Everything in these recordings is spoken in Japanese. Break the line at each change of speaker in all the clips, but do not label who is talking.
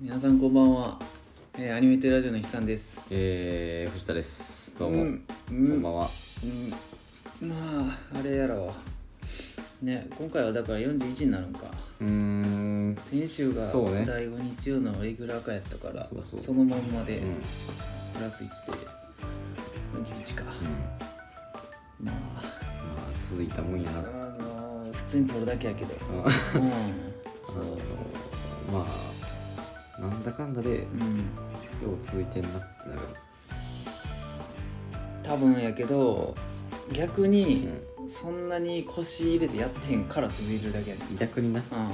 皆さんこんばんは、えーアニメテラジオの日さんです
えー、藤田です。どうも、
うん
こんばんは。
うんまああれやろね今回はだから41になるんか
うーん、
先週が
そうね。
第5日曜のレギュラー化やったから
そうそう
のまんまで
うん、
プラス1で41か、まあ
まあ、続いたもんやな。
あ
うん
のー普通に撮るだけやけどうんそう
まあ、なんだかんだで、よ
うん
う続いてんなってなる。
多分やけど逆
う
に
ん
そんなに腰入れてやってへんから続いてるだけやねん、
逆にな、
うん
うん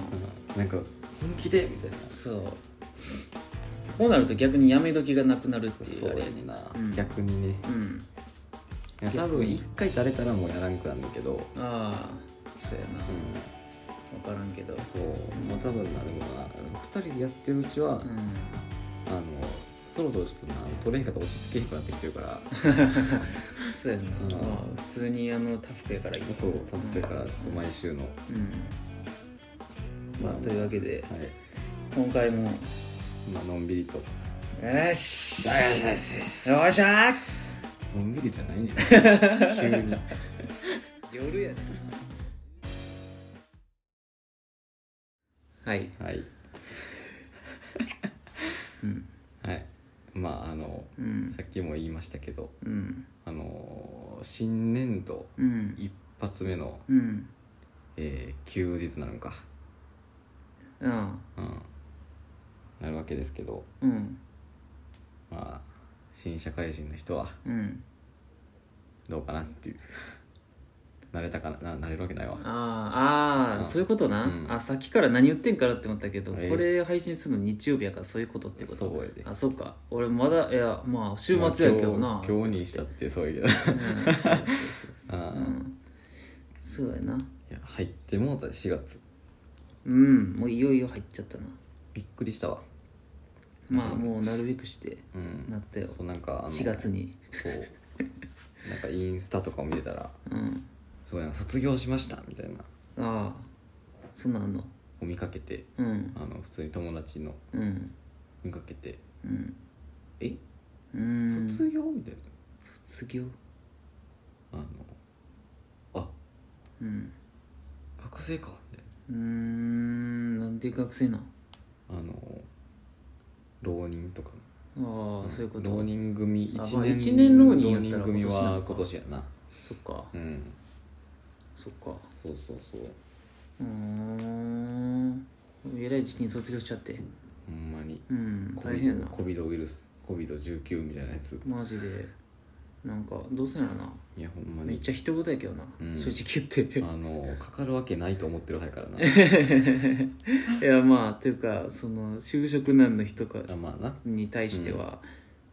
なんか、本気でみたいな。
そうこうなると逆にやめ時がなくなるっていう
そう
あれ
や
やね
ねんな、
うん
逆にね。
うん
いや多分、一回垂れたらもうやらんくなんだけど、うん、
ああそうやな分からんけど
そう、まあ多分な、でもな、二人でやってるうち
う
は、
ん
あのそろそろちょっとなトレーン方落ち着けへんくなってきてるから
そうやな、
うん
まあ、普通にあのタスクやからいい
そう助けからちょっと毎週の、は
うんまあというわけで
い
今回もよ
まあのんびりと
ーし
す
よっしゃー
のんびりじゃない ね急に
夜やなはい
はい
うん
はいまああの、
うん
さっきも言いましたけど
うん
あの新年度
うん
一発目の、
うん
えー休日なのか
うん
うんなるわけですけど
うん
まあ新社会人の人は
うん
どうかなっていう慣れたかなな慣れるわけないわ
あーあー
うん
そういうことな、
うん
あさっきから何言ってんからって思ったけど、
ええ
これ配信するの日曜日やからそういうことってこと
そうやで
あそっか俺まだいやまあ週末やけど
ま
な
あ今日今日にしたってそういうけど
うんそうそう そう
あー
うんそうやない
や入ってもうた4月
うんもういよいよ入っちゃったな
びっくりしたわ
まあもうなるべくして
うん
なったよ
そうなんかあの
4月に
そうなんかインスタとかを見てたら
うん
すごいな卒業しましたみたいな
ああそんなんあんの
を見かけて
うん
あの普通に友達の
うん
見かけて
うん
え
うん
卒業みたい
卒業
なあのあ
うん
学生かみたいう
ーんなんで学生なん
なあの浪人とか
ああ、そういうこと
浪人組
あまあ
1年
一年浪人やったら
浪組は
今
今年やな
そっか
うん
そっか
そうそうそう
うーんえらい時期に卒業しちゃって
ほんまに
うん大変やな
COVID ウイルス COVID-19 みたいなやつ
マジでなんかどうせならない
やほんま
めっ
に
ちゃ人事やけどな、
うん
正直言って
あのかかるわけないと思ってる派やから
いやまあっていうかその就職難の人か
なあまあな、ま
に対しては、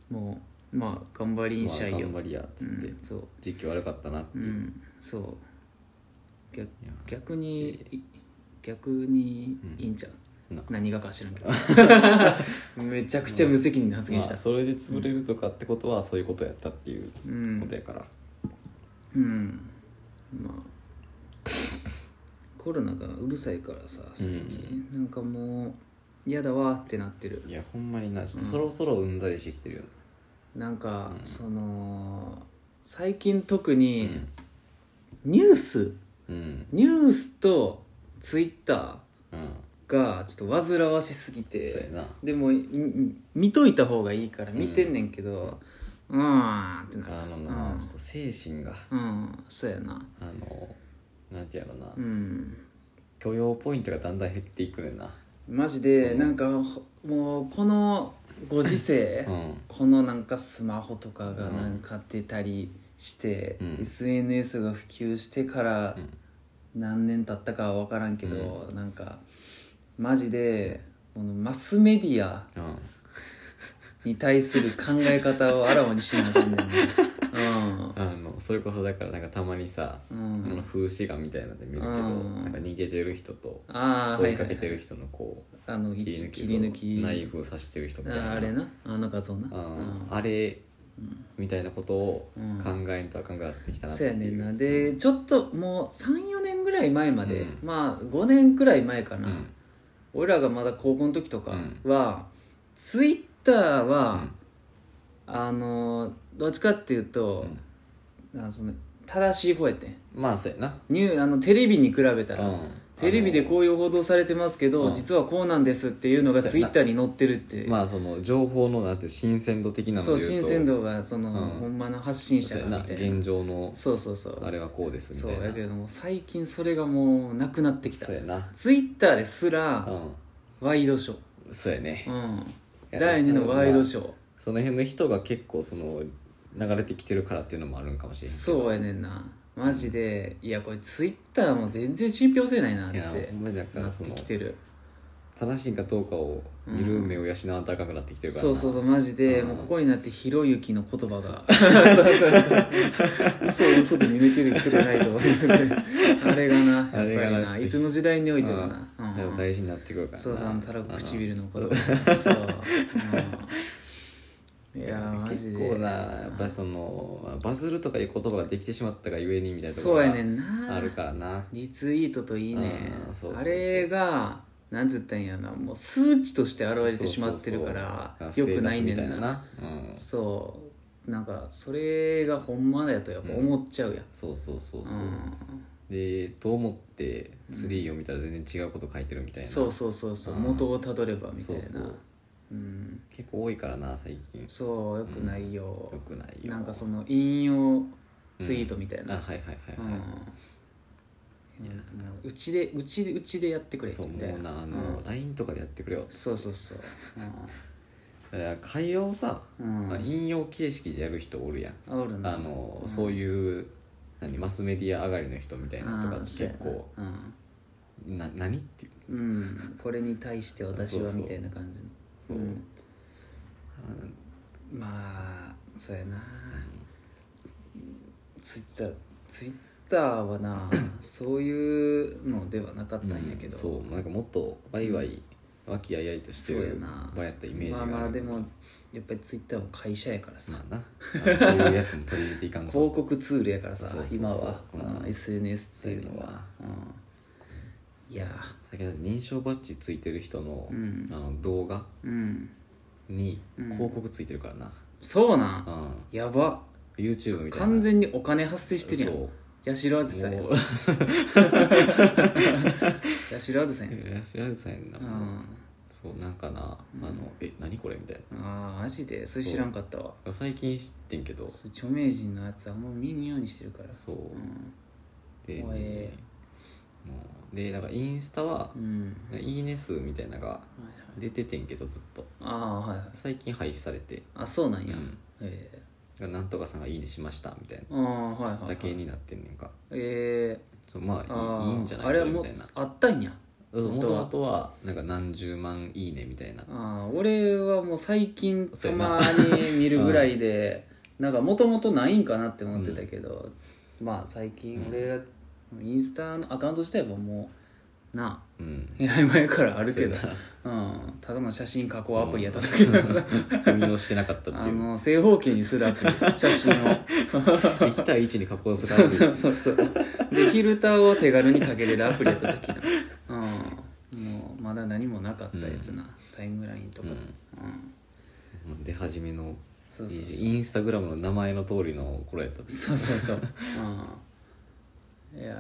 もうまあ頑張りんしゃ
あ、
いよ、
頑張りやっつって、
うん、そう
実況悪かったなって
う
いう、い
んそう逆
や
逆に、逆にいいんちゃう、
な
何がか知らんけど めちゃくちゃ無責任な発言し
ま
た
あ、それで潰れるとかってことはそういうことやったっていう
う
こ
ん
とやから、
うんまあコロナがうるさいからさ最近、なんかもう嫌だわってなってる
いやほんまになちょっとそろそろうんざりしてきてるよね
なんか、
うん
その最近特に
ん
ニュース
うん
ニュースとツイッタ
うん
ーがちょっと煩わしすぎて
そうやな
でもいん見といた方がいいから見てんねんけどうーんってなる
あのな、
うん
ちょっと精神が
うんそうやな
あのなんてやろな、
うん
許容ポイントがだんだん減っていくねんな
マジで
そう
なんかほもうこのご時世、
うん
このなんかスマホとかがなんか出たりして、
うん
SNS が普及してから
うん
何年経ったかは分からんけど、なんかマジでこのマスメディア
うん
に対する考え方をあらわにしなあかんねんな
あのそれこそだからなんかたまにさ、
うん、う
あの
ん、
風刺画みたいなので見るけど、
うん
なんか逃げてる人と
ああ
追いかけて
る
る人のこう、
あの切
切り抜き
り抜き
ナイフを刺してる人み
あ
たいな
ーあれなあの画像な
う
う
ん
ん
あれみたいなことを
うん
考えんとあかんくなってきたなって
そう
い
や
う、
ねんなでちょっともう34年ぐらい前まで、
うん
まあ5年くらい前か
う
な、
ん
俺らがまだ高校の時とかは、ツイッター
う
は
ん、
あのどっちかっていうと、あのその正しい方やってん
まあそうやな
ニューあのテレビに比べたら、
うん
テレビでこういう報道されてますけど、
うん
実はこうなんですっていうのが
そう
ツイ
やな
ッターに載ってるっていう、
まあその情報のなんていう新鮮度的な
そ
の
う
で言う
新
と
鮮度がその、
うん
ほんまの発信者
そうや
が
な
みたいな
現状の
そうそうそう
あれはこうですみ
そ
た
うや
い
け
な
ども最近それがもうなくなってきた
そうやな
ツイッターですら
う
ワイドショ
んそうやね
ー、うん、
や
第2のワイドショー
その辺の人が結構その流れてきてるからっていうのもあるんかもしれんけど
そうやねんなマジでいやこれツイッターも全然信憑性ないなっ
いや
て
ほんまにだか
な
ら
っ
そ
て
の
きてる
正しいかどうかを見る目を養わんとあかんくなってきてるからな
そうそうそうマジで、
うん
もうここになってひろゆきの言葉がそうそうそう嘘嘘で見抜けることないと思うあれがなやっぱ
あれ
り
がな
ないつの時代においてもな、
う
うん
んそれも大事になってくるからな
そうそうあのたらこ唇のこと
うん
そう、うん、いやーマジ
結
で
構なやっぱそのまあバズるとかいう言葉ができてしまったがゆえにみたいなとこ
そう
ろ
やねん
が
な
あるからな
リツイートといいね
うんそうそうそう
あれがなんて言ったんやなもう数値として現れてしまってるから
そうそうそう
よくないねんな
ステータスみたいなうん
そうなんかそれがほんまだとやっぱ思っちゃうやん、
そうそうそうそう
うん
でと思ってツリーを見たら全然違うこと書いてるみたいな
そうそうそうそう
うん
元をたどればみたいな
そうそう
うん、
結構多いからな最近よ
そうよくないよ、
くないよ
なんかその引用ツイートみたい
あ
な、
はいはいはいはい、
うんもううちでうちでうちでやってくれ
そう
みたい
もうなあの、
うん
LINE とかでやってくれよ
そうそうそう、
だから会話をさ、
うん
まあ、引用形式でやる人おるやん、
うん、おるな
あの、
うん
そういう何マスメディア上がりの人みたいなとか
あー
って結
そうや
構
な
な何っていう
うん、うん、これに対して私は
そうそう
みたいな感じの
そう
うん
あの
まあそうやな、ツイッターツイッターは なそういうのではなかったんやけど、
うんそうなんかもっとワイワイ和気あいあいとして
そうや
る
な
場やったイメージ
ま
があ
あ
る
まあでもやっぱりツイッターも会社やからさ、
まあなあのそういうやつも取り入れていかんと
広告ツールやからさ
そうそうそう
今は、
うん
うん SNS っていうのは、うん、いや
先ほど認証バッジついてる人の,、
うん
あの動画
うん
に
うん
広告ついてるからな、
そうなん、
うん
やば
YouTube みたいな
完全にお金発生してるやん
そう
八代あずさや
もう
八代あずさやん、
いや知らんさんやんな、
うん、
そうなんかな、あのえ何これみたい
ああマジでそれ知らんかったわ
な最近知ってんけど
そう著名人のやつあんま耳ようにしてるから
そう
うん
で、
おえ
もうでなんかインスタは
う、ん
いいね数みたいなのが
はいはい
出ててんけどずっと
ああはいはい
最近廃止されて
あそうなんや、
うん
え
なんとかさんが「いいねしました」みたい
えああはいはい、は、
ないだけになってんねんか
え
そうま
え
あ
あ
いい
ー
いいんじゃない
あ
そ
れ
れ
は
み
もう
たいな
あったんや
も
元
と
は
もとはなんか何十万「いいね」みたいな
ああ俺はもう最近
そ
た
うやな
まに見るぐらいで、 なんかもともとないんかなって思ってたけど、まあ最近俺はインスタのアカウント自体はもうなあ
うん
えらい前からあるけど
そうや
うん、ただの写真加工アプリや っただけだから
な運用してなかったっ
あ
ていう
の正方形にするアプリ写真を
1対1に加工するア
そ
プ
う
リ
そうそう そうでフィルターを手軽にかけれるアプリやった時なうんもうまだ何もなかったやつな、タイムラインとか、
う
うんん
出始めの
そうそうそう
インスタグラムの名前の通りの頃やったって
そうそう そう、うん、いやー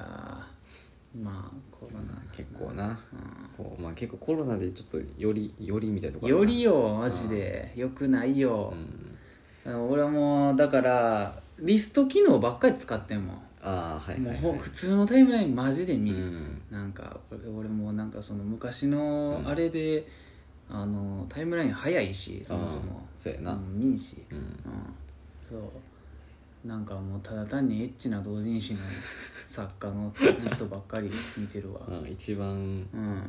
まあコロナ
結構な、こうまあ、結構コロナでちょっとよりよりみたいなところ
よりよマジでよくないよ
う、ん、
あの俺はもうだからリスト機能ばっかり使ってんもん
ああはい
も
は
う
い、
ほ
はい、
普通のタイムラインマジで
う
見る、
ん
なんか俺俺もなんかその昔の
うん
あれで、あのタイムライン早いしそもそ
あー
も
そうやな
うん見んし、
うん
うん、そうなんかもうただ単にエッチな同人誌 の作家のリストばっかり見てるわ、
うん一番
うん、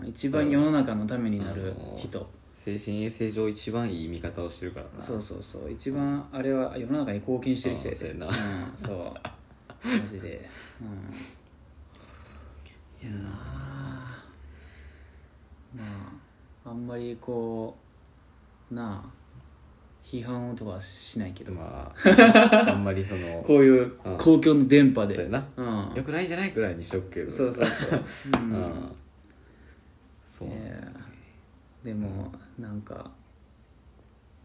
一番世の中のためになる人、
精神衛生上一番いい見方をしてるからな
そうそうそう一番あれは世の中に貢献してる人やで
あ
う
あそ
ん、そうマジで、うん、いやなあまああんまりこうなあ批判とはしないけど、
ま ああんまりその
こういう公共の電波で、
そうやな、
うん
よくないじゃないぐらいにしとくけど
そうそう そう、う
うんんそう、
いやでもなんか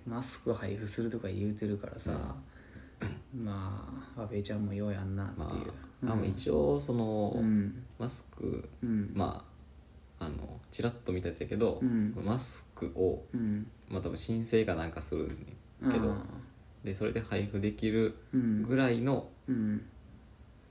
マスク配布するとか言うてるからさ、まあ安倍ちゃんもようやんなって
ま
いう、
あ、あの一応その、
うん
マスク
うん
まああのチラッと見たやつやけど、
うん
マスクを
うん
まあ多分申請かなんかするねんけど
ああ
でそれで配布できる
うん
ぐらいの
うん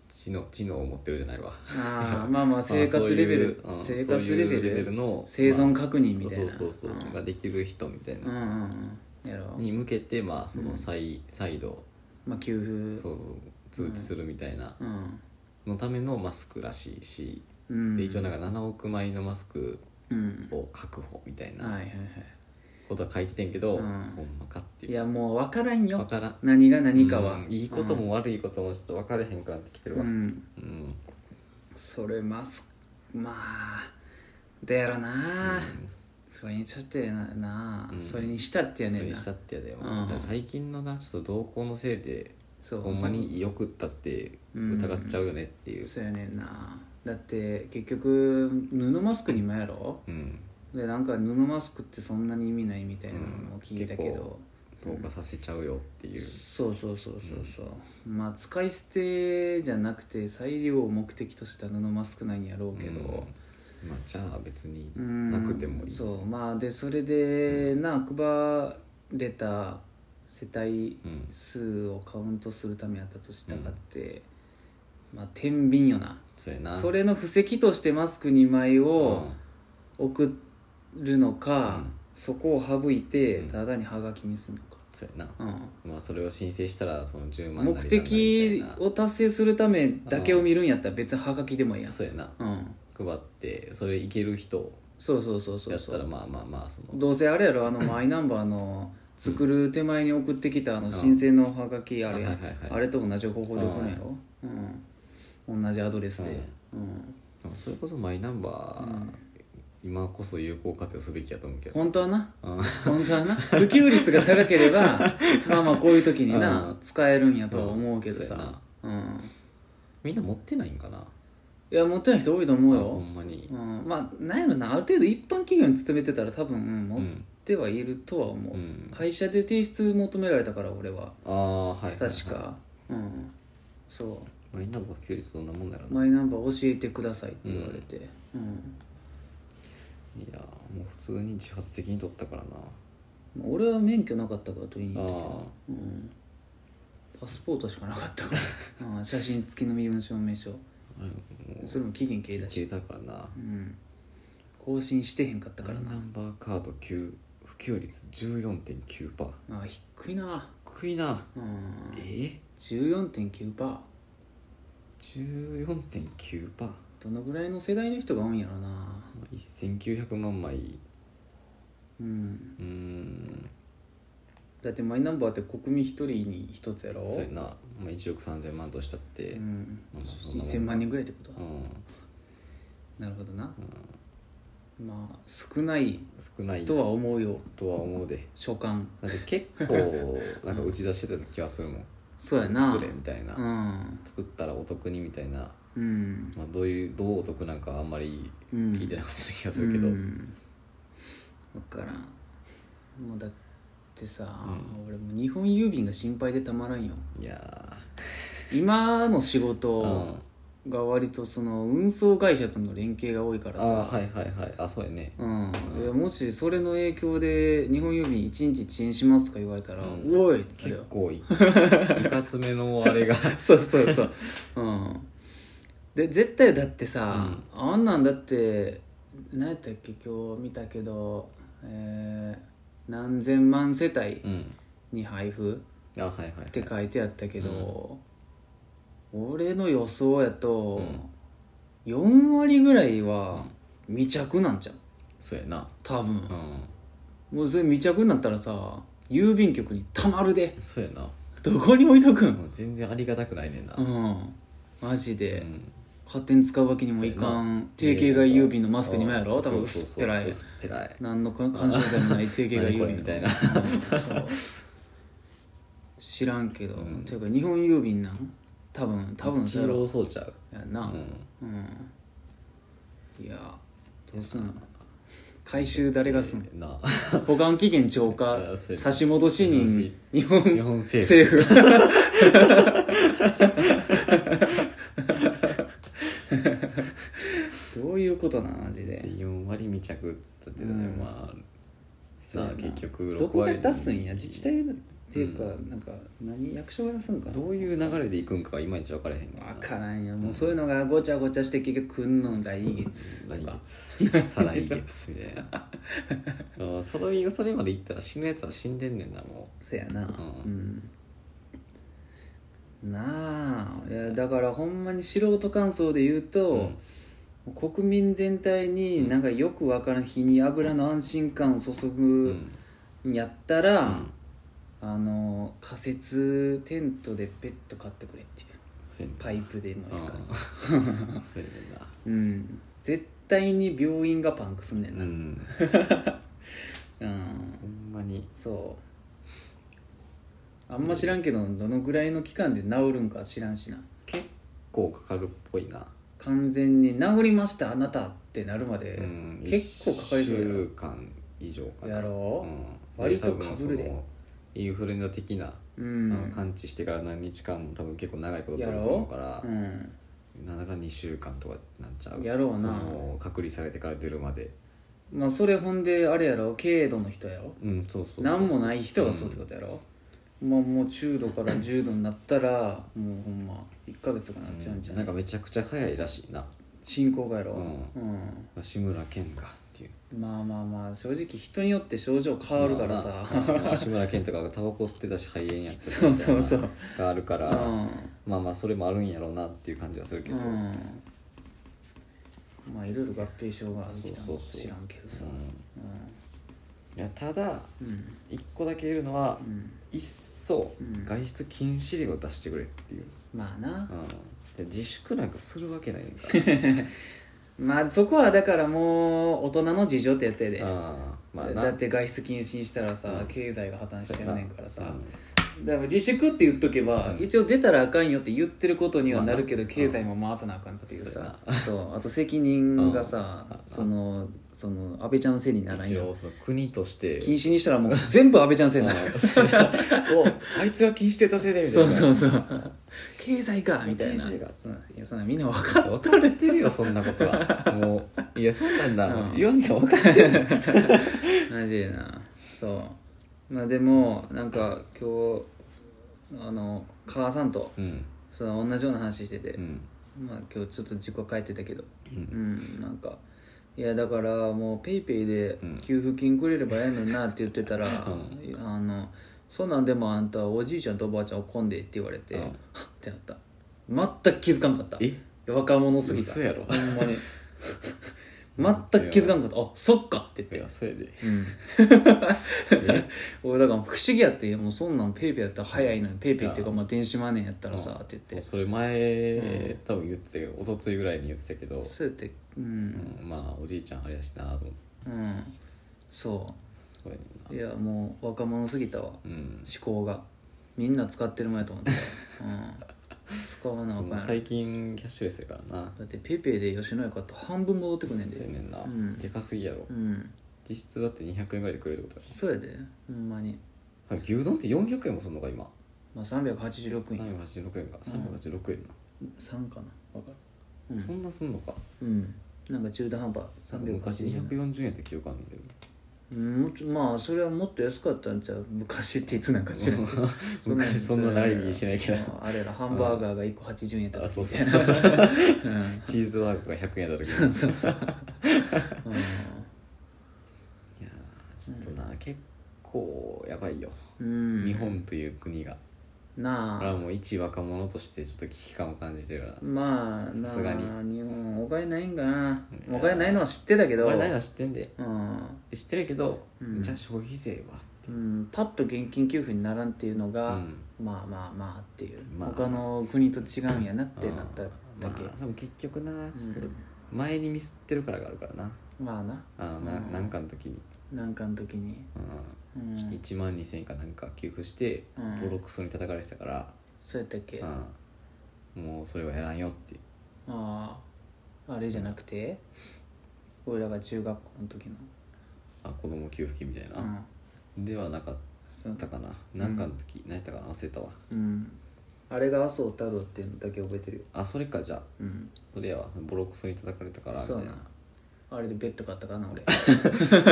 知能知能を持ってるじゃないわ
ああまあまあ生
まあそ
活
う
レベ
い
ル、
ううん
生
そう
活
い
レ
う
ベル
レベルの
生存
ま
確認
あ
みたいな、
そうそうそう、
うん
ができる人みたい
うんう
な、
んうんやろう
に向けてまあそ
うん
の再,、再度
まあ給付
そう通知するみたいな
うん
のためのマスクらしいし、
うん
で一応なんか7億枚のマスク
うん
を確保みたい
はいは
な
は
い
い
ことは書いててんけど、
うん
ほんまかっていう
いやもう分からん
分
よ
からん
何が何かは、
うんいいことも悪いこともちょっと分かれへんくなってきてる
う
わ、
ん
うん
それマスクまあだやろな、それにしたってやななあ、
うん
それにしたってや
そ
ね
れ
ん
に
な
したってやだよ、
うん
じゃあ最近のなちょっと動向のせいで
そう
ほんまによくったって疑っちゃうよねっていう
そうやねんなだって結局布マスクにもやろ
うん
でなんか布マスクってそんなに意味ないみたいなのを聞いたけ
うん結
ど
構、どうかさせちゃうよっていう、
そうそうそうそうそう、まあ使い捨てじゃなくて再利用を目的とした布マスクなんやろうけど、
うんまあじゃあ別に
うん
なくてもいい
そうまあでそれで、な配れた世帯
うん
数をカウントするためやったとしたかって、まあ天秤よな
そうやな
それの布石としてマスク2枚を送るのか、
うん
そこを省いて
うん
ただにハガキにするのか、
そうやな
うん
まあそれを申請したらその10万なり
目
なんなりみ
的
たいな
を達成するためだけを見るんやったら別にハガキでもいいやん、
そうやな
うん、
配ってそれいける人
そうそうそうそ
や
う
っ
そう
たらまあまあまあその
どうせあれやろあ のマイナンバーの作る手前に送ってきたあの申請のハガキあれや
はいはいはい
あれと同じ方法で送るんやろうん同じアドレスでうん
まあそれこそマイナンバー、今こそ有効活用すべきやと思うけど、
本当はな
うん
本当はな普及率が高けれ ばまあまあこういう時に
う
なん使えるんやとは思うけど
そうや
さ
な
うん
みんな持ってないんかない
や持ってない人多いと思う
あほ
よ
んまに
うんまあなんやろなある程度一般企業に勤めてたら多分うん
う
持っ
ん、
てはいるとは思
う、
うん会社で提出求められたから俺は
ああはいはいはい
確かうんそう
マイナンバー普及率どんなもんだろうな
マイナンバー教えてくださいって言われて、うん
いやーもう普通に自発的に取ったからな
まあ俺は免許なかったから取りに
あ
行ったけど、う
ー
ん、パスポートしかなかったから うん写真付きの身分証明書
あれもう
それも期限切れだし、
消えたからな
うん、更新してへんかったか
マイ
ら
ナ
な、
ンバーカード9普及率14.9%
ああ低いな、
低いな
うん、
え
14.9%
ー、14.9%
どのぐらいの世代の人が多いんやろな
1900万枚
うん
うーん
だってマイナンバーって国民一人に一つやろ
そうやな、まあ、1億3000万としたって、
うん、
まあまあそんなもんか
1000万人ぐらいってこと、
うん
なるほどな、まあ少ない
少ない
と
とは
は思うよ
思うで
所感
だって結構なんか打ち出してた気がするもん
そうやな
作れみたいな、
うん
作ったらお得にみたいな、
うん
まあ、どういうどうお得なんかあんまり
うん
聞いてなかった気がするけど、
うん分からんもうだってさ、俺もう日本郵便が心配でたまらんよ
いや
今の仕
ー、
事が割とその運送会社との連携が多いから
ああ
さ
はいはいはいあそうやね
うん、いやもしそれの影響で日本郵便1日遅延しますとか言われたら「
うん
おい!」って
結構いいかつめのあ れが
そうそうそう。うん。で、絶対だってさ、あんなんだって、何やったっけ、今日見たけど、えー何千万世帯
うん
に配布
あはいはいはい
って書いてあったけど、俺の予想やと、4割ぐらいは未着なんじゃん。
そうやな
多分
う。ん
もうそれ未着になったらさ、郵便局にたまるで。
そうやなも
どこに置いとくん
う全然ありがたくないねんな、
うん。マジで。
うん
勝手に使うわけにもいかん定型外郵便のマスク2枚やろ多分
そうそう
薄っぺら
そう
い
薄っぺらい
何のか干渉剤もない定型外郵便
何これみ
うんそう知らんけど、ていうか日本郵便なん多分多分
一
そうやろ
郎そうちゃう
やんな
うん
うん、いやどうすんの回収誰がすんの
な
保管期限超過
あそうや
差し戻し
差し戻し
人日本
日本政府
政 府どういうことなマジで
4割未着っつったってたね、
うん
まあ
そうや
さあ
な
結局
ど
6
こが
割
出すんや自治体っていうか、
うん
なんか何役所が出すんかな
どういう流れでいくんかはいまいち分からへんねんな
分からんよもうそういうのがごちゃごちゃして結局くんのん来月と
来
か
月再来月みたいなうんそれそれまでいったら死ぬやつは死んでんねんなも
せやなう、
うん
なあいやだからほんまに素人感想で言う
う、
と、国民全体になんかよくわからん日に油の安心感を注
うん
ぐんやったら、
うん
あの仮設テントでペット買ってくれっていう
そうやねんな
パイプでもいいから
うんそうやねんな
うん絶対に病院がパンクすんねんな
うん
うん、
ほんまに
そうあんま知らんけどどのぐらいの期間で治るんか知らんしな
結構かかるっぽいな、
完全に治りましたあなたってなるまで、
うん
結構かかりそう
一
や
週間以上かな
やろ
うん、
割とかぶるで
多分そのインフルエンザ的な、
う
あ
ん
の感知してから何日間も多分結構長いこと取
や
る
ろ
と思うから、
うん
なんだか2週間とかなんちゃう
やろうな
その隔離されてから出るまで
まあそれほんであれやろ軽度の人やろ
うんそうそう
何もない人がそうってことやろ、まあもう中度から重度になったらもうほんま1ヶ月とかなっちゃうんじゃな、
ないんかめちゃくちゃ早いらしいな
進行がやろ
う
うん
志村けんがっていう
まあまあまあ正直人によって症状変わるからさ、
まあまあ志村けんとかがタバコ吸ってたし肺炎やったし
そうそうそう
みたいなのがあるから、
うん
まあまあそれもあるんやろうなっていう感じはするけ
う
ど、
んまあいろいろ合併症が起きた
そ
の
う
か
そうそう
知らんけどさ
いやただ
うんうん
一個だけ言えるのは、
うん
いっそ
うん
外出禁止令を出してくれっていう、
まあな
うんで自粛なんかするわけないねん から、
まあそこはだからもう大人の事情ってやつやで、
うんまあな
だって外出禁止にしたらさ、
うん
経済が破綻しちゃうねんからさ、
うん
だから自粛って言っとけば、
うん
一応出たらあかんよって言ってることには
まあ
な
な
るけど、経済も回さなあかんっていうさ、
う
そうあと 責任がさ、
うん
そのその安倍ちゃんのせいにならん
一
よ
応その国として
禁止にしたらもう全部安倍ちゃんのせいになる
あそれは おあいつが禁止してたせいでみたい
そ
な
うそうそう経済かみたいな
経済か
うんいやそんなみんな分かっ
分かれてるよそんなこと はもういやそうなんだ、
うん
言わんでも分かってる
マジでなそうまあでもなんか今日あの母さんと
うん
その同じような話してて
う、ん
まあ今日ちょっと自己帰ってたけど
う
うんんなんかいやだからもうペイペイで
うん
給付金くれればええのになって言ってたら、
う
あのそんなんでもあんたおじいちゃんとおばあちゃん怒んでって言われて、
うん
はっってなった全く気づかんかった
え
若者すぎた
嘘やろ
ほんまに全く気づかんかったあそっかって
い
言って
やそれで
うん、 俺だから不思議やっていやもうそんなんペイペイやったら早いのにペイペイっていうか
いや
まあ電子マネーやったらさって言
もう
って
それ前、多分言ってたけど一昨日ぐらいに言ってたけど、
そうやってう
うんん、まあおじいちゃんあれやしなと思って
うんそ
そうやねん
ういやもう若者すぎたわ思
なうん
考がみんな使ってるもんやと思ってた、うん、使わなあ
そ
かんや
の
ろ
最近キャッシュレスやからな
だってペイペイで吉野家買ったら半分戻ってくんねん
そうや
で
ねんな、
うん
でかすぎやろ
うん
実質だって200円ぐらいでくれるってことや
そうやでほんまに
ろあ牛丼って400円もすんのか今
まあ386円
786円か386円な、
3かな分かるう
そ
ん、
んなすんのか
うん、なんか中途半端
なんか昔
円
240円って記憶あるんだけど
うんもうちょまあそれはもっと安かったんちゃう昔っていつなんか知らん
昔そんなライブしないけど
あれらハンバーガーが1個80円やった
あ
時
そう
みた
そ
いうな
そうそう
うん
チーズワークが100円だったけ
そ
どいう
そうそう、うん
やーちょっとな、結構やばいよ、
うん
日本という国が
な
俺は
あ
もう一若者としてちょっと危機感を感じてるな
まあ
さすがに
なあ日本お金ないんかない
や
お金ないのは知ってたけど
俺ないのは知ってんで
うん
知ってるけど、
うん
じゃあ消費税は
うん、パッと現金給付にならんっていうのが、
うん
まあまあまあっていう、
まあ
他の国と違うんやなってなっただけ、
まあ、でも結局な、
ん
前にミスってるからがあるからな
まあな
あのな、
うん
なんかの時に、
なんかの時に、
う
うんん、
1万2000円かなんか給付して、
うん
ボロクソに叩かれてたから、
そうやったっけ、あ
うんもうそれはやらんよって
ああれじゃなくて、俺らが中学校の時の
あ子供給付金みたいな、
うん
ではなかっ
そう
たかななんかの時、何やったかな忘れたわ
うんあれが麻生太郎っていうのだけ覚えてるよ
あそれかじゃあ
うん
それやわボロクソに叩かれたからみた
そ
いう
なあれでベッド買ったかな 俺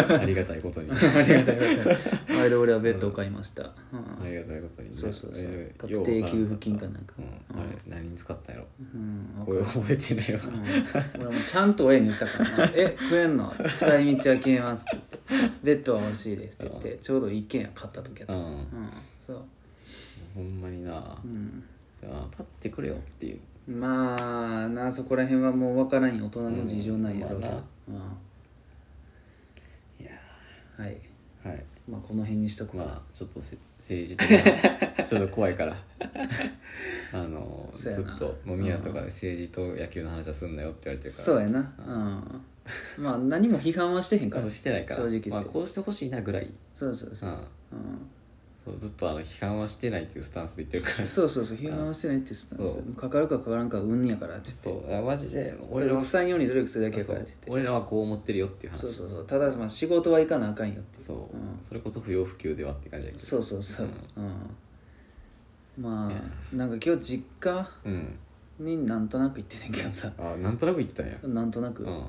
なありがたいことにあ
ありがたいありがたいあれで俺はベッドを買いました、うん
りがたいことにね
そうそうそう
えー
確定
よわら
給付金かなんか
うんあれ何に使ったんやろ
うんわか
これ覚えてないわ
うん、俺もちゃんと親に言ったからな「 え食えんの使い道は決めます」って言って「ベッドは欲しいです」って言ってちょうど一軒家買った時やっ
う
た、うん
ん
そう、
ほんまにな
うん、
あパッてくれよっていう
まあなそこら辺はもう分からんよ大人の事情なんやろうけど、
う
うんん
いや
はい
はい
まあこの辺にしとくわ、
まあちょっとせ政治 的なちょっと怖いからあのち
そうや
ょ
な
っと飲み屋とかで政治と野球の話はすんなよって言われてるから
そうやなうんまあ何も批判はしてへんから
そうしてないから
正直言って
まあ、こうしてほしいなぐらい、
そうそう
う
そう、
ん、
うん
そうずっとあの批判はしてないっていうスタンスで言ってるから
そうそうそう批判はしてないってスタンス
そう
もうかかるかかからんかはうんやからって言って
そうあマジで
俺
俺ら
ら
は
伝えんように努力するだけや
そ
からっ
う
て言って
俺らはこう思ってるよっていう話
そうそうそうただまあ仕事は行かなあかんよっていう
そう
うん
それこそ不要不急ではって感じだけど
そうそうそううんまあなんか今日実家
うん
になんとなく行ってたんやけどさ
あなんとなく言ってたんや
なんとなく
う
うん
うん
ん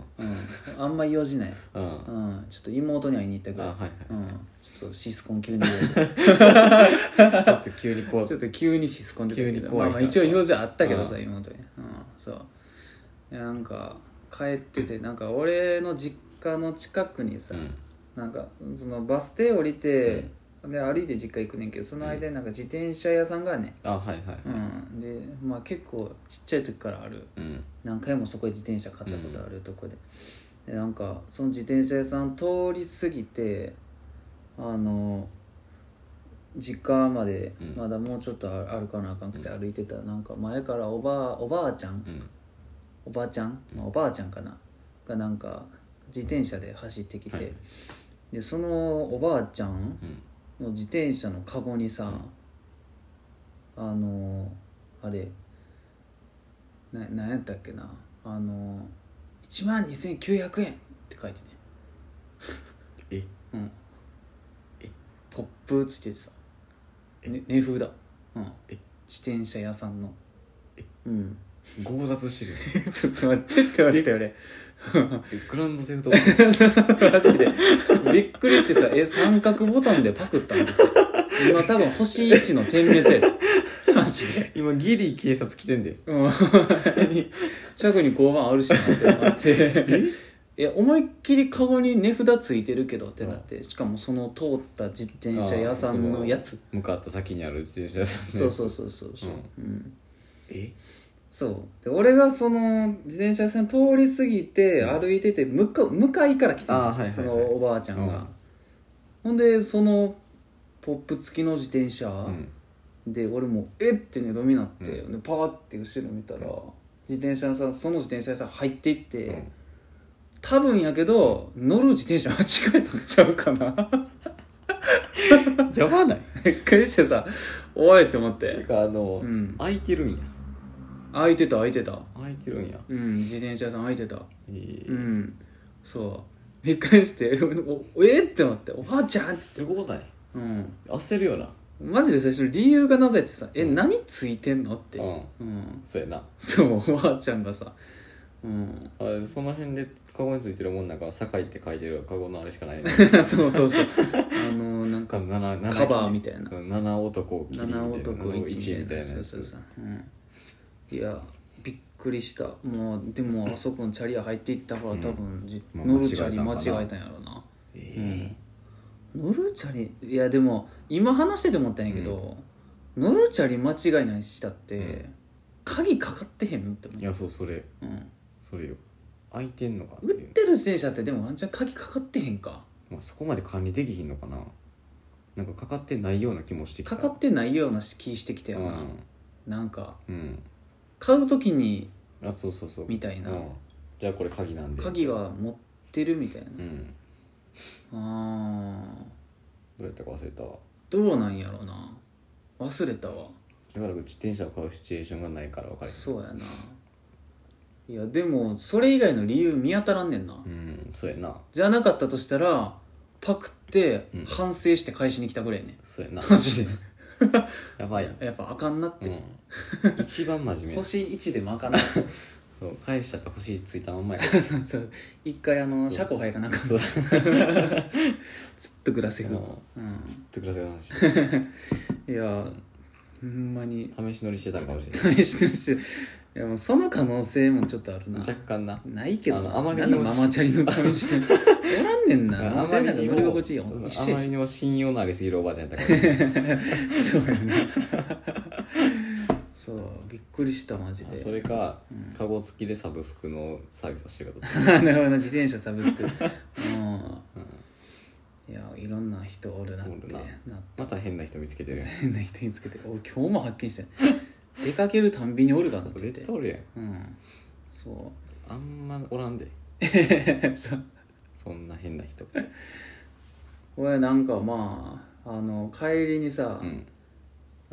あんま用事ない
あ
うんちょっと妹に会いに行った
はい
から
はい
うんちょっとシスコン急に言われて
ちょっと急にこう
ちょっと急にシスコン出て
急に
た
怖
ま
い
あ
人
まあ一応表情あったけど
う
さ
ん
妹にうんそうでなんか帰っててなんか俺の実家の近くにさ
うん
なんかそのバス停降りて、で歩いて実家行くねんけどその間になんか自転車屋さんがね、
あはいはいはい
うんでまあ、結構ちっちゃい時からある
うん
何回もそこで自転車買ったことあるとこで,、でなんかその自転車屋さん通り過ぎてあの実家まで
うん
まだもうちょっとあ歩かなあかんくて
う
歩いてたらなんか前からおばあおばあちゃん
うん
おばあちゃん、まあ、おばあちゃんかながなんか自転車で走ってきて、
はい
でそのおばあちゃん
うん
の自転車のカゴにさ、あのあれななんやったっけなあの1万2900円って書いてね
え
うん
え
ポップついててさ
え
ね値札、うん、
え
自転車屋さんの
え
うん
強奪してる
えちょっと待ってって待って俺
えグランドセフ ト
マジでびっくりしてさえ三角ボタンでパクったの今多分星1の点滅やでマジで
今ギリ警察来てんで
うん近くに交番あるしなってなっていや思いっきりカゴに値札ついてるけどってなってしかもその通った自転車屋さんのやつ
向かった先にある自転車屋さんの
そうそうそうそうそう、うん
え
そうで俺がその自転車屋さん通り過ぎて
うん
歩いてて向か向かいから来たの
あーはいはいはい
そのおばあちゃんが、
うん
ほんでそのポップ付きの自転車、
うん
で俺も「えっ!」てねどみなって、
う
でパーって後ろ見たら、自転車屋さんその自転車屋さん入っていって、
うん
多分やけど乗る自転車間違えたんちゃうかな
やばない
びっくりしてさ「おい!」って思ってて
かあの
うん
開いてるんや
空いてた空いてた
開いてるんや
うん自転車屋さん空いてた
え
う
ー
んそうびっくりして 「おえっ!」って思って「おばあちゃん!」って
すごない
うん
焦るよな
マジで最初理由がなぜってさ「え何ついてんの?」って
うん
うん
そうやな
そうおばあちゃんがさうん
あその辺でカゴについてるもんなんか「堺」って書いてるカゴのあれしか ないね
そうそうそうあのなん
カ
かカ
バ
バーみたいな
7男を切りみたい
七
な
男一
7
み
み
た
た
いな
いな
そう
や
そう
つ
そう、うん、いやびっくりしたもうでもあそこのチャリ屋入っていったから多分、じ
まあ
乗るチャリ
間
間
違えたんかな
違えたんやろな、
え
うん、乗るチャリいやでも今話してて思ったんやけど、乗るチャリ間違いないしたって、
うん
鍵かかってへんのって思
ーいやそうそれ
う、うん、
それよ開いてんのかって
売っ
いう
てる自転車ってでもワンチャン鍵かかってへんか
まあ、そこまで管理できひんのかななんかかかってないような気もしてきた
かかってないような気してきたよ
う
な、
ん
なんか
うん
買う時に
あそうそうそう
みたいな
うんじゃあこれ鍵なんで
鍵は持ってるみたいな
うん
あー
どうやったか忘れたわ
どうなんやろな忘れたわ
しばらく自転車を買うシチュエーションがないから分かれへん
そうやないやでもそれ以外の理由見当たらんねんな、
うんそうやな
じゃなかったとしたらパクって
うん
反省して返しに来たぐらいね
そ うやな
マジで
やばいよ、
やっぱあかんなって、
うん、一番真面目や
星1でもあかんな
そう返したって星ついたまんま やから
そう一回あ
そ
の
う
車庫入らなかった
そう
ずっとグラセ
あ
フ、
の
うん、
ずっと暮らせ話
いやほんまに
試し乗りしてたんかもしれない
試してるしいやもうその可能性もちょっとあるな
若干な
ないけど
あ
な
のあまり
な
に
んで
も
ママチャリの試して んのおらんねんなママチャリなんか乗り心地いいや
そ
ん
う
一
あ
緒や
まり
し
にも信用のありすぎるおばあちゃんやったから
そうやなそうびっくりしたマジで
それか
うん
カゴ付きでサブスクのサービスをしてること
なるほど自転車サブス クうんいやいろんな人おるなって
おるな
な
また変な人見つけてるやん
変な人につけてお今日も発見してん出かけるたんびにおるかなって言って
絶対おるや
う
ん
んそ
あんまおらんで
う そう
そんな変な人
俺なんかまああの帰りにさ、
うん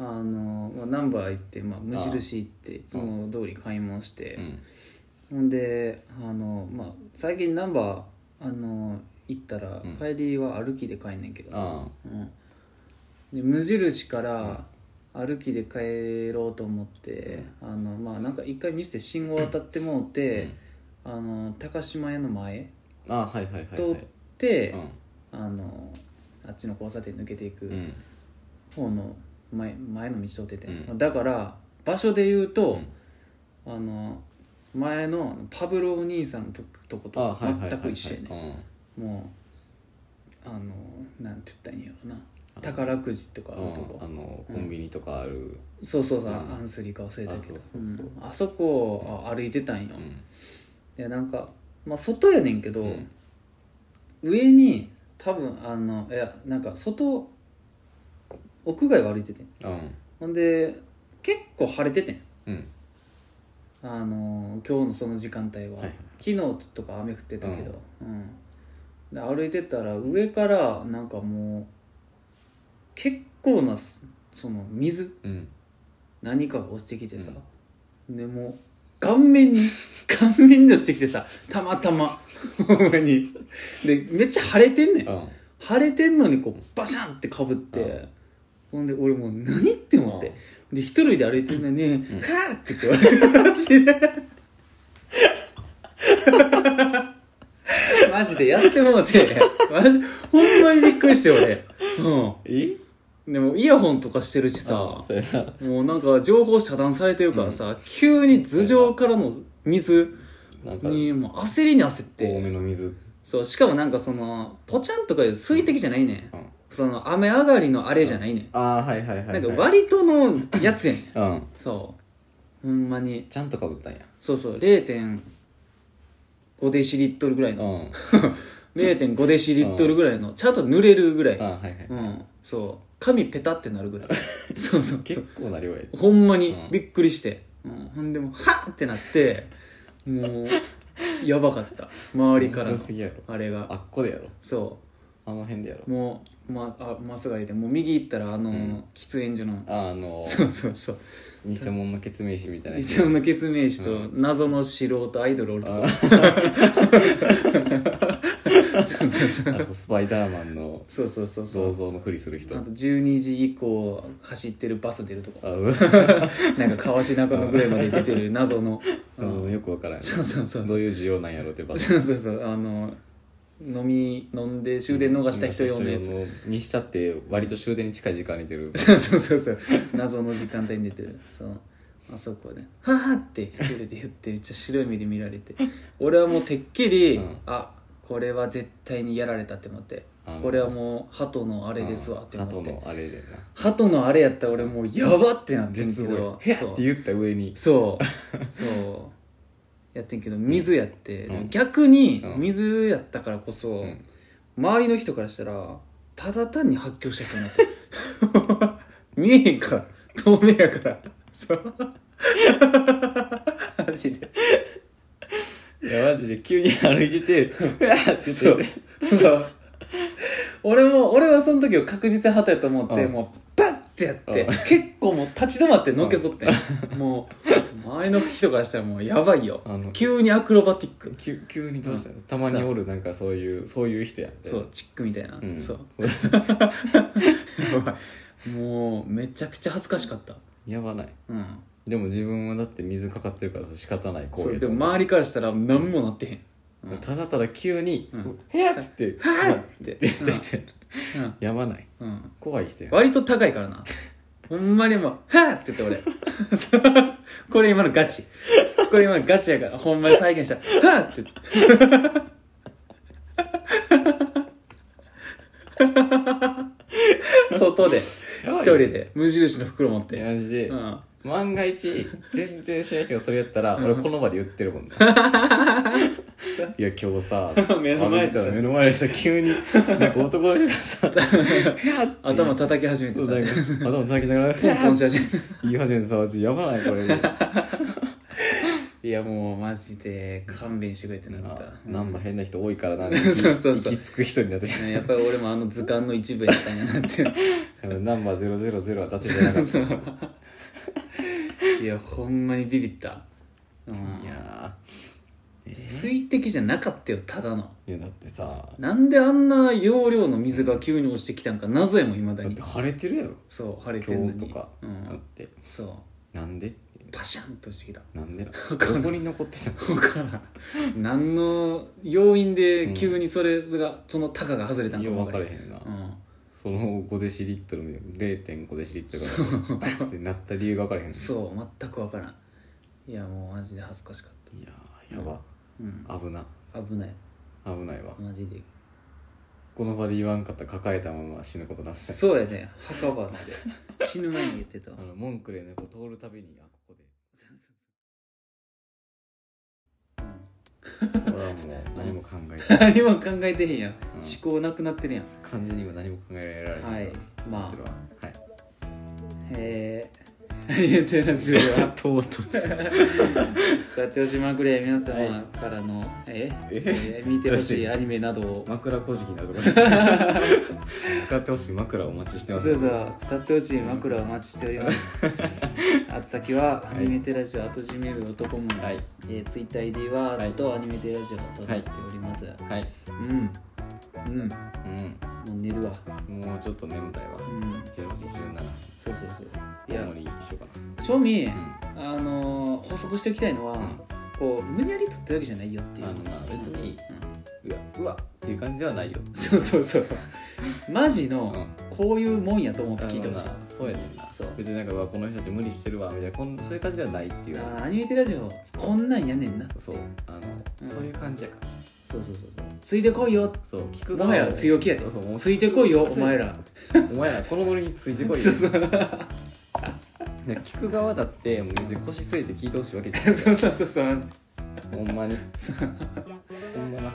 あのまあナンバー行って、まあ、無印行っていつも通り買い物して、
うん
ほんであの、まあ、最近ナンバーあの行ったら、
うん
帰りは歩きで帰んねんけどさ、
あ
うん、で無印から歩きで帰ろうと思って、あのまあなんか一回ミスで信号渡ってもうて、あの高島屋の前
ああはいはいはい
通
は
っ
い
て、
うん
あのあっちの交差点抜けていく、
うん
方の前前の道通ってて、
うん
だから場所で言う
う
と
ん、
あの前のパブロお兄さんのととこと
あ
全く一緒やね
ね
もうあのなんて言ったらいいんやろな宝くじとかあるとこ
あのコンビニとかある
そうそうそう、
うん
アンスリーか忘れたけど
あそうそうそう
うんあそこをあ歩いてたんよ、
うん
でなんか、まあ、外やねんけど、
うん
上に多分あのいやなんか外屋外を歩いててん
うん
ほんで結構晴れててん
うん
あのー今日のその時間帯は、
はいはい
昨日とか雨降ってたけど、うんで歩いてたら上からなんかもう結構なすその水
うん
何かが落ちてきてさ、でもう顔面に 顔面に落ちてきてさたまたまほんまにでめっちゃ腫れてんねん
うん
腫れてんのにこうバシャンってかぶって、
うん
ほんで俺もう何って思って、で一人で歩いてるのに「
ん
カー!」って言って言われて マジでやってもうてマジほんまにびっくりして俺う
え
んでもイヤホンとかしてるし
さ
さ
あそうやな
もうなんか情報遮断されてるからさ、急に頭上からの水
なんか
にもう焦りに焦っ
多め
て
の水
そうしかもなんかそのポチャンとかいう水滴じゃないね、
うん
その雨上がりのあれじゃないね、
ああはいはいはいはい
なんか割とのやつや ねん
うん
そうほんまに
ちゃんとかぶったんや
そうそう0.5デシリットルぐらいうの、
んあ
0.5デシリットルぐらいのちゃんと濡れるぐらい、
あはいはい
うんそう髪ペタってなるぐら いそうそうそ
結
う
構な量やで
ほんまに
うん
びっくりして、うん、ほんでもうはっってなってもうやばかった周りから
面白
の
すぎやろ
あれ
あ
が
っこでやろ
そ
あの辺でやろ
うもうまあまっすぐ歩いてもう右行ったらあの、
うん
喫煙所の
あ の
そうそうそう
偽物の血明詞みたいなやつ
偽物の決明師と謎の素人アイドルおると
あ
か、そうそうそ
あ
う
とスパイダーマンの
そうそうそうそう
想像のふりする人
あと12時以降走ってるバス出るとか
あの
なんか川中のぐらいまで出てる謎の
あのよくわからん
そうそうそう
どういう需要なんやろってば
そうそうそうあの飲み飲んで終電逃した人用のやつ
のにしたって割と終電に近い時間に出る
そうそうそうそう謎の時間帯に出てるそうあそこで「はあ!」って一人で言ってめっちゃ白い目で見られて俺はもうてっきり、
うん
あこれは絶対にやられたって思って
あ の
これはもう鳩のあれですわって
あ
思
と
って
のあれでな
鳩のあれやったら俺もうやばってなってん
絶
け
望
ど
へ
そう
って言った上に
そう そうやってんけど水やって、
うん
逆に
うん
水やったからこそ、
うん
周りの人からしたらただ単に発狂した人になってる 見えへんから透明やからそう マジで
いやマジで急に歩い てて「うわ!」って
そ
言っ
う
て
そう俺も俺はその時は確実に旗やと思って、
うん
もうバッてやって、
うん
結構もう立ち止まってのけぞってん、もう周りの人からしたらもうやばいよ
あの
急にアクロバティック
急急にどうしたのたまにおるなんかそういうそういう人やって
そうチックみたいな、
うん、
そう
そう
やばいもうめちゃくちゃ恥ずかしかった
やばない
うん
でも自分はだって水かかってるから仕方ない行
そ
為
う
や
で
と
も
思う
周りからしたら何もなってへ ん、うん
ただただ急に
うん
「へやっ!」つって「
はい
まあ
って
出てきて
うん
やばない
うん、
怖い人や
割と高いからなほんまにもう「はぁ!」って言って俺 これ今のガチこれ今のガチやからほんまに再現したら「はぁ!」って言って 外で
や
一
ばい
人で無印の袋持っ
いや
て、
マジ
う
で
ん、
万が一全然知らない人がそれやったら
うん
俺この場で言ってるも んねいや今日さ
目の前で
歩いてたら目の前の人急になんか男の人がさ「へや!」って
頭叩き始めて
そう
さ
なんか頭叩きながら「
ポンポン
へ
し始め て
言い始めてさちょっとやばないこれ」みたいない
やもうマジで勘弁してくれってなった
あなんも変な人多いからな
そうそうそう
行き着く人になってし
ねやっぱり俺もあの図鑑の一部やったんやな って
まうナンバー000はだってじゃなかった
いやほんまにビビった、うん、
いやーえ
水滴じゃなかったよただの
いやだってさ
なんであんな容量の水が急に落ちてきたんか謎やもいまだ
だっ
に
て晴れてるやろ
そう晴れてんの
今日
に
とか
う
だっ
ん、
て
そう
なんで
パシャンと落ちてきた
なんでな
かんない
どこに残ってたの
だからん何の要因で急にそれがその高が外れたんか
よう分
分
か
から
れ
へん
へんな
うん
その5デシリットルの0.5デシリット
そ
ル
う
がバンってなった理由が分からへんう
そう全く分からんいやもうマジで恥ずかしかった、
いやーやば
うん、
危な
危ない
危ないわ
マジで
この場で言わんかったら抱えたまま死ぬことなさい
そうやね墓場まで死ぬ前に言ってたわ
あのモンクレーの横通るたびにあここで俺はもう何も考えてない
何も考えてへんやん、
うん
思考なくなってるやん
完全に今何も考えられない
はいま
これはは
あ
い
へえあ りがとうございますでは
唐突
使ってほしいマグレー皆様
はい
からの、え
え
えー見てほしいアニメなどを
枕小じきなところです 使ってほしい枕をお待ちしてます
そうそう使ってほしい枕をお待ちしております あつ先は、
い
アニメテラジオ後締める男も、
はい
えー、ツイッター ID は、
はい
とアニメテラジオとなっております、
はい
うんうんもう寝るわ
うんもうちょっと眠たいわ
うん
0時17
そうそうそうい
大
や
盛りにしようか
正味、
な
あのー補足しておきたいのは、
うん
こう無理やり取ったわけじゃないよってい
あ
う
のな別にうわうわっていう感じではないよ
そうそうそうマジ
う
の、こういうもんやと思って聞いてほしい
あのなそうやねんな
そう
別になんかうわこの人たち無理してるわみたいなこんそういう感じではないっていう
あーアニメテラジオこんなんやねんな
そうあのそういう感じやから
そうそうそうそうついてこいよ
そう聞
お
く側
前ら強気やで
そうもう
ついてこいよお前 ら
お前らこのノリについてこいよ
そうそう
ね聞く側だってもう別に腰据えて聞いてほしいわけじゃな い
そうそうそうそう、うん、
ほんまにほんまな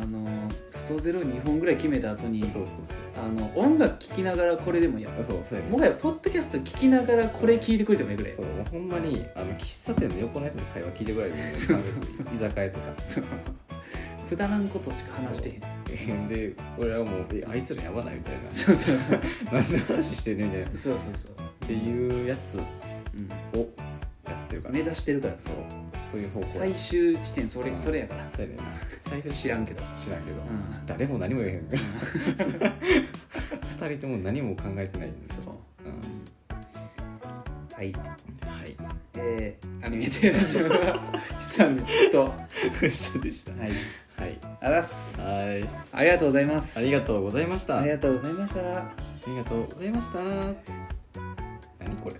あのーストゼロ2本ぐらい決めた後に
そうそうそう
あの音楽聴きながらこれでもや
あそうそうやね
もはやポッドキャスト聴きながらこれ聞いてくれてもいいぐらい
そうもうほんまにあの喫茶店の横のやつの会話聞いてくらいもう
そうそう
感覚居酒屋とか
そう くだらんことしか話してへん
で俺らはもうえあいつらやばないみたい
そうそうそう
な なんで話してんねんみたいな
そうそうそう、
っていうやつ
う
をやってるか
ん、
ら
目指してるから
そうそういう方向
最終地点それそれやから
そうやねんな最初
知らんけど、
知らんけど、
うん、
誰も何も言 えへんから2人とも何も考えてないんですよ、
そう
うん、
はい
はい
えー、アニメテラジオの 久光とは
嘘でした。
い
はい。
あざっす
はい。
ありがとうございます
ありがとうございました。
あ
あ
り
り
がとうございました
がとうございました。何これ。